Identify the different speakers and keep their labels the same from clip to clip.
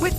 Speaker 1: With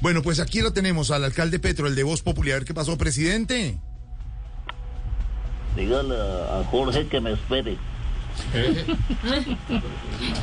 Speaker 2: Bueno, pues aquí lo tenemos al alcalde Petro, el de Voz Popular. ¿Qué pasó, presidente?
Speaker 3: Dígale a a Jorge que me espere.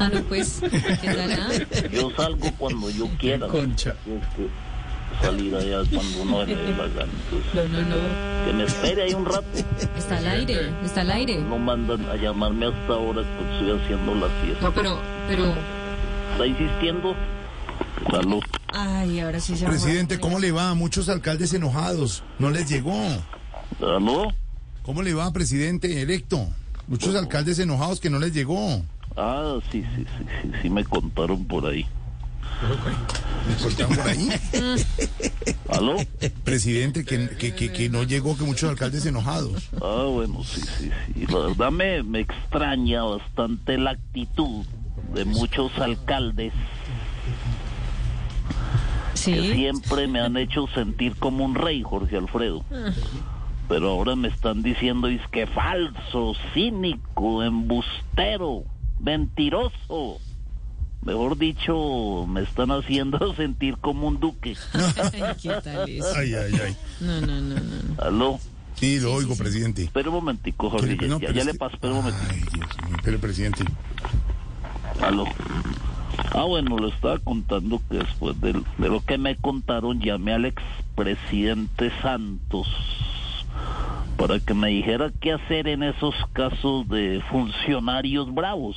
Speaker 4: Ah, no, pues, ¿qué tal, ah?
Speaker 3: Yo salgo cuando yo quiera. Concha. salir allá cuando no le dé la gana. Entonces,
Speaker 4: No, no, no.
Speaker 3: que me espere ahí un rato.
Speaker 4: Está al aire, está al aire.
Speaker 3: No mandan a llamarme hasta ahora que estoy haciendo la siesta.
Speaker 4: No, pero, pero.
Speaker 3: ¿Está insistiendo? Salud.
Speaker 4: Ay, ahora sí se
Speaker 2: Presidente, ¿cómo le va? Muchos alcaldes enojados. No les llegó.
Speaker 3: ¿Salud?
Speaker 2: ¿Cómo le va, presidente electo? Muchos alcaldes enojados que no les llegó.
Speaker 3: Ah, sí, sí, sí, sí, sí, me contaron por ahí.
Speaker 2: ¿Me cortaron Pues por ahí?
Speaker 3: ¿Aló?
Speaker 2: Presidente, que, que- que- que no llegó, que muchos alcaldes enojados.
Speaker 3: Ah, bueno, sí, sí, sí. La verdad me, me extraña bastante la actitud de muchos alcaldes que
Speaker 4: Sí.
Speaker 3: siempre me han hecho sentir como un rey, Jorge Alfredo. Pero ahora me están diciendo es que falso, cínico, embustero, mentiroso. Mejor dicho, me están haciendo sentir como un duque.
Speaker 4: Ay, ¿qué tal eso?
Speaker 2: Ay, ay, ay.
Speaker 4: No, no, no, no.
Speaker 3: Aló.
Speaker 2: Sí, lo oigo, presidente.
Speaker 3: Espera un momentico, Jorge.
Speaker 2: Pero- no,
Speaker 3: ya
Speaker 2: pero
Speaker 3: ya
Speaker 2: es
Speaker 3: le
Speaker 2: que-
Speaker 3: paso, espera un momentico.
Speaker 2: Ay, Dios mío, pero presidente.
Speaker 3: Aló. Ah, bueno, le estaba contando que después del- de, lo que me contaron, llamé al expresidente Santos para que me dijera qué hacer en esos casos de funcionarios bravos.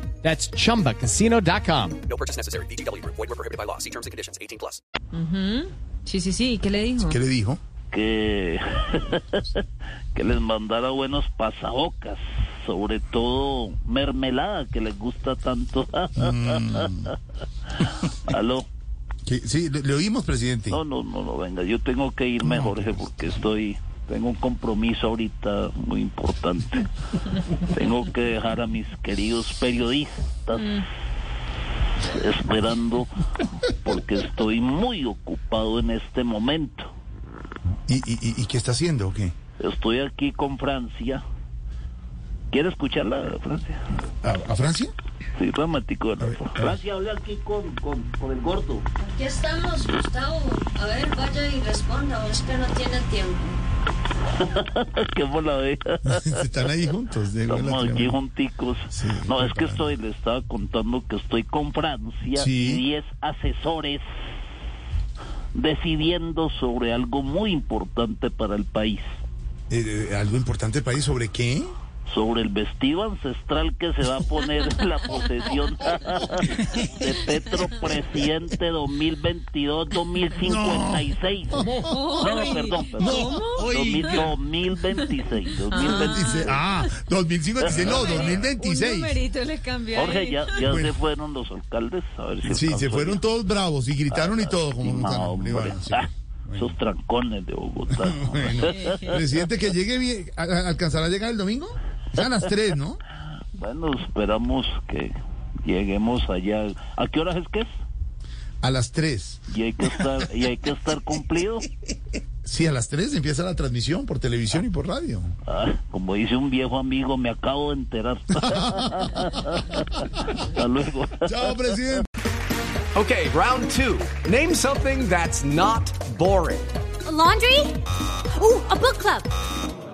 Speaker 5: That's chumbacasino.com.
Speaker 6: No purchase necessary. VGW Group. Void were prohibited by law. See terms and conditions. 18 plus.
Speaker 4: Sí, sí, sí. ¿y ¿Qué le dijo?
Speaker 2: ¿Qué le dijo?
Speaker 3: Que, que les mandara buenos pasabocas, sobre todo mermelada que les gusta tanto. Aló.
Speaker 2: Que- sí, le, le oímos, presidente.
Speaker 3: No, no, no, no, venga, yo tengo que irme, Jorge, porque estoy, tengo un compromiso ahorita muy importante. tengo que dejar a mis queridos periodistas esperando porque estoy muy ocupado en este momento.
Speaker 2: ¿Y, y, y- y qué está haciendo o qué?
Speaker 3: Estoy aquí con Francia. ¿Quiere escucharla, Francia?
Speaker 2: ¿A, a Francia?
Speaker 3: Sí, romántico.
Speaker 2: ver, a ver.
Speaker 3: Francia, habla aquí con, con, con el gordo.
Speaker 7: Aquí estamos, Gustavo. A ver, vaya y responda, o es que no tiene tiempo.
Speaker 3: Qué bola, ve.
Speaker 2: Están ahí juntos. llegó la
Speaker 3: Estamos
Speaker 2: trama.
Speaker 3: aquí junticos.
Speaker 2: Sí,
Speaker 3: no, es
Speaker 2: compadre.
Speaker 3: que estoy, le estaba contando que estoy con Francia
Speaker 2: Sí.
Speaker 3: y 10 asesores decidiendo sobre algo muy importante para el país,
Speaker 2: Eh, eh, algo importante país, ¿sobre qué?
Speaker 3: sobre el vestido ancestral que se va a poner en la posesión de Petro presidente 2022-2056. No. perdón, perdón.
Speaker 2: Oiga.
Speaker 3: 2026, 2026.
Speaker 2: Dice, ah, 2056, no,
Speaker 4: Un
Speaker 2: 2026.
Speaker 4: numerito le cambió ahí.
Speaker 3: Jorge, ya, ya
Speaker 2: Bueno.
Speaker 3: se fueron los alcaldes. A ver si
Speaker 2: Pues, Sí, se
Speaker 3: alcanzo
Speaker 2: fueron
Speaker 3: yo.
Speaker 2: todos bravos y gritaron y todo, como
Speaker 3: No,
Speaker 2: Gustavo
Speaker 3: hombre.
Speaker 2: Bolívar, sí.
Speaker 3: Ah, Esos trancones de Bogotá.
Speaker 2: Bueno, presidente, que llegue bien, ¿a- a- ¿alcanzará a llegar el domingo? Es a las 3, ¿no?
Speaker 3: bueno, esperamos que lleguemos allá. ¿A qué horas es que es?
Speaker 2: A las 3.
Speaker 3: Y hay que estar, y hay que estar cumplido.
Speaker 2: Sí, a las 3 empieza la transmisión por televisión y por radio.
Speaker 3: Ah, como dice un viejo amigo, me acabo de enterar. Hasta luego.
Speaker 2: Chao, presidente.
Speaker 6: Okay, round two. Name something that's not boring.
Speaker 8: laundry? Ooh, a book club.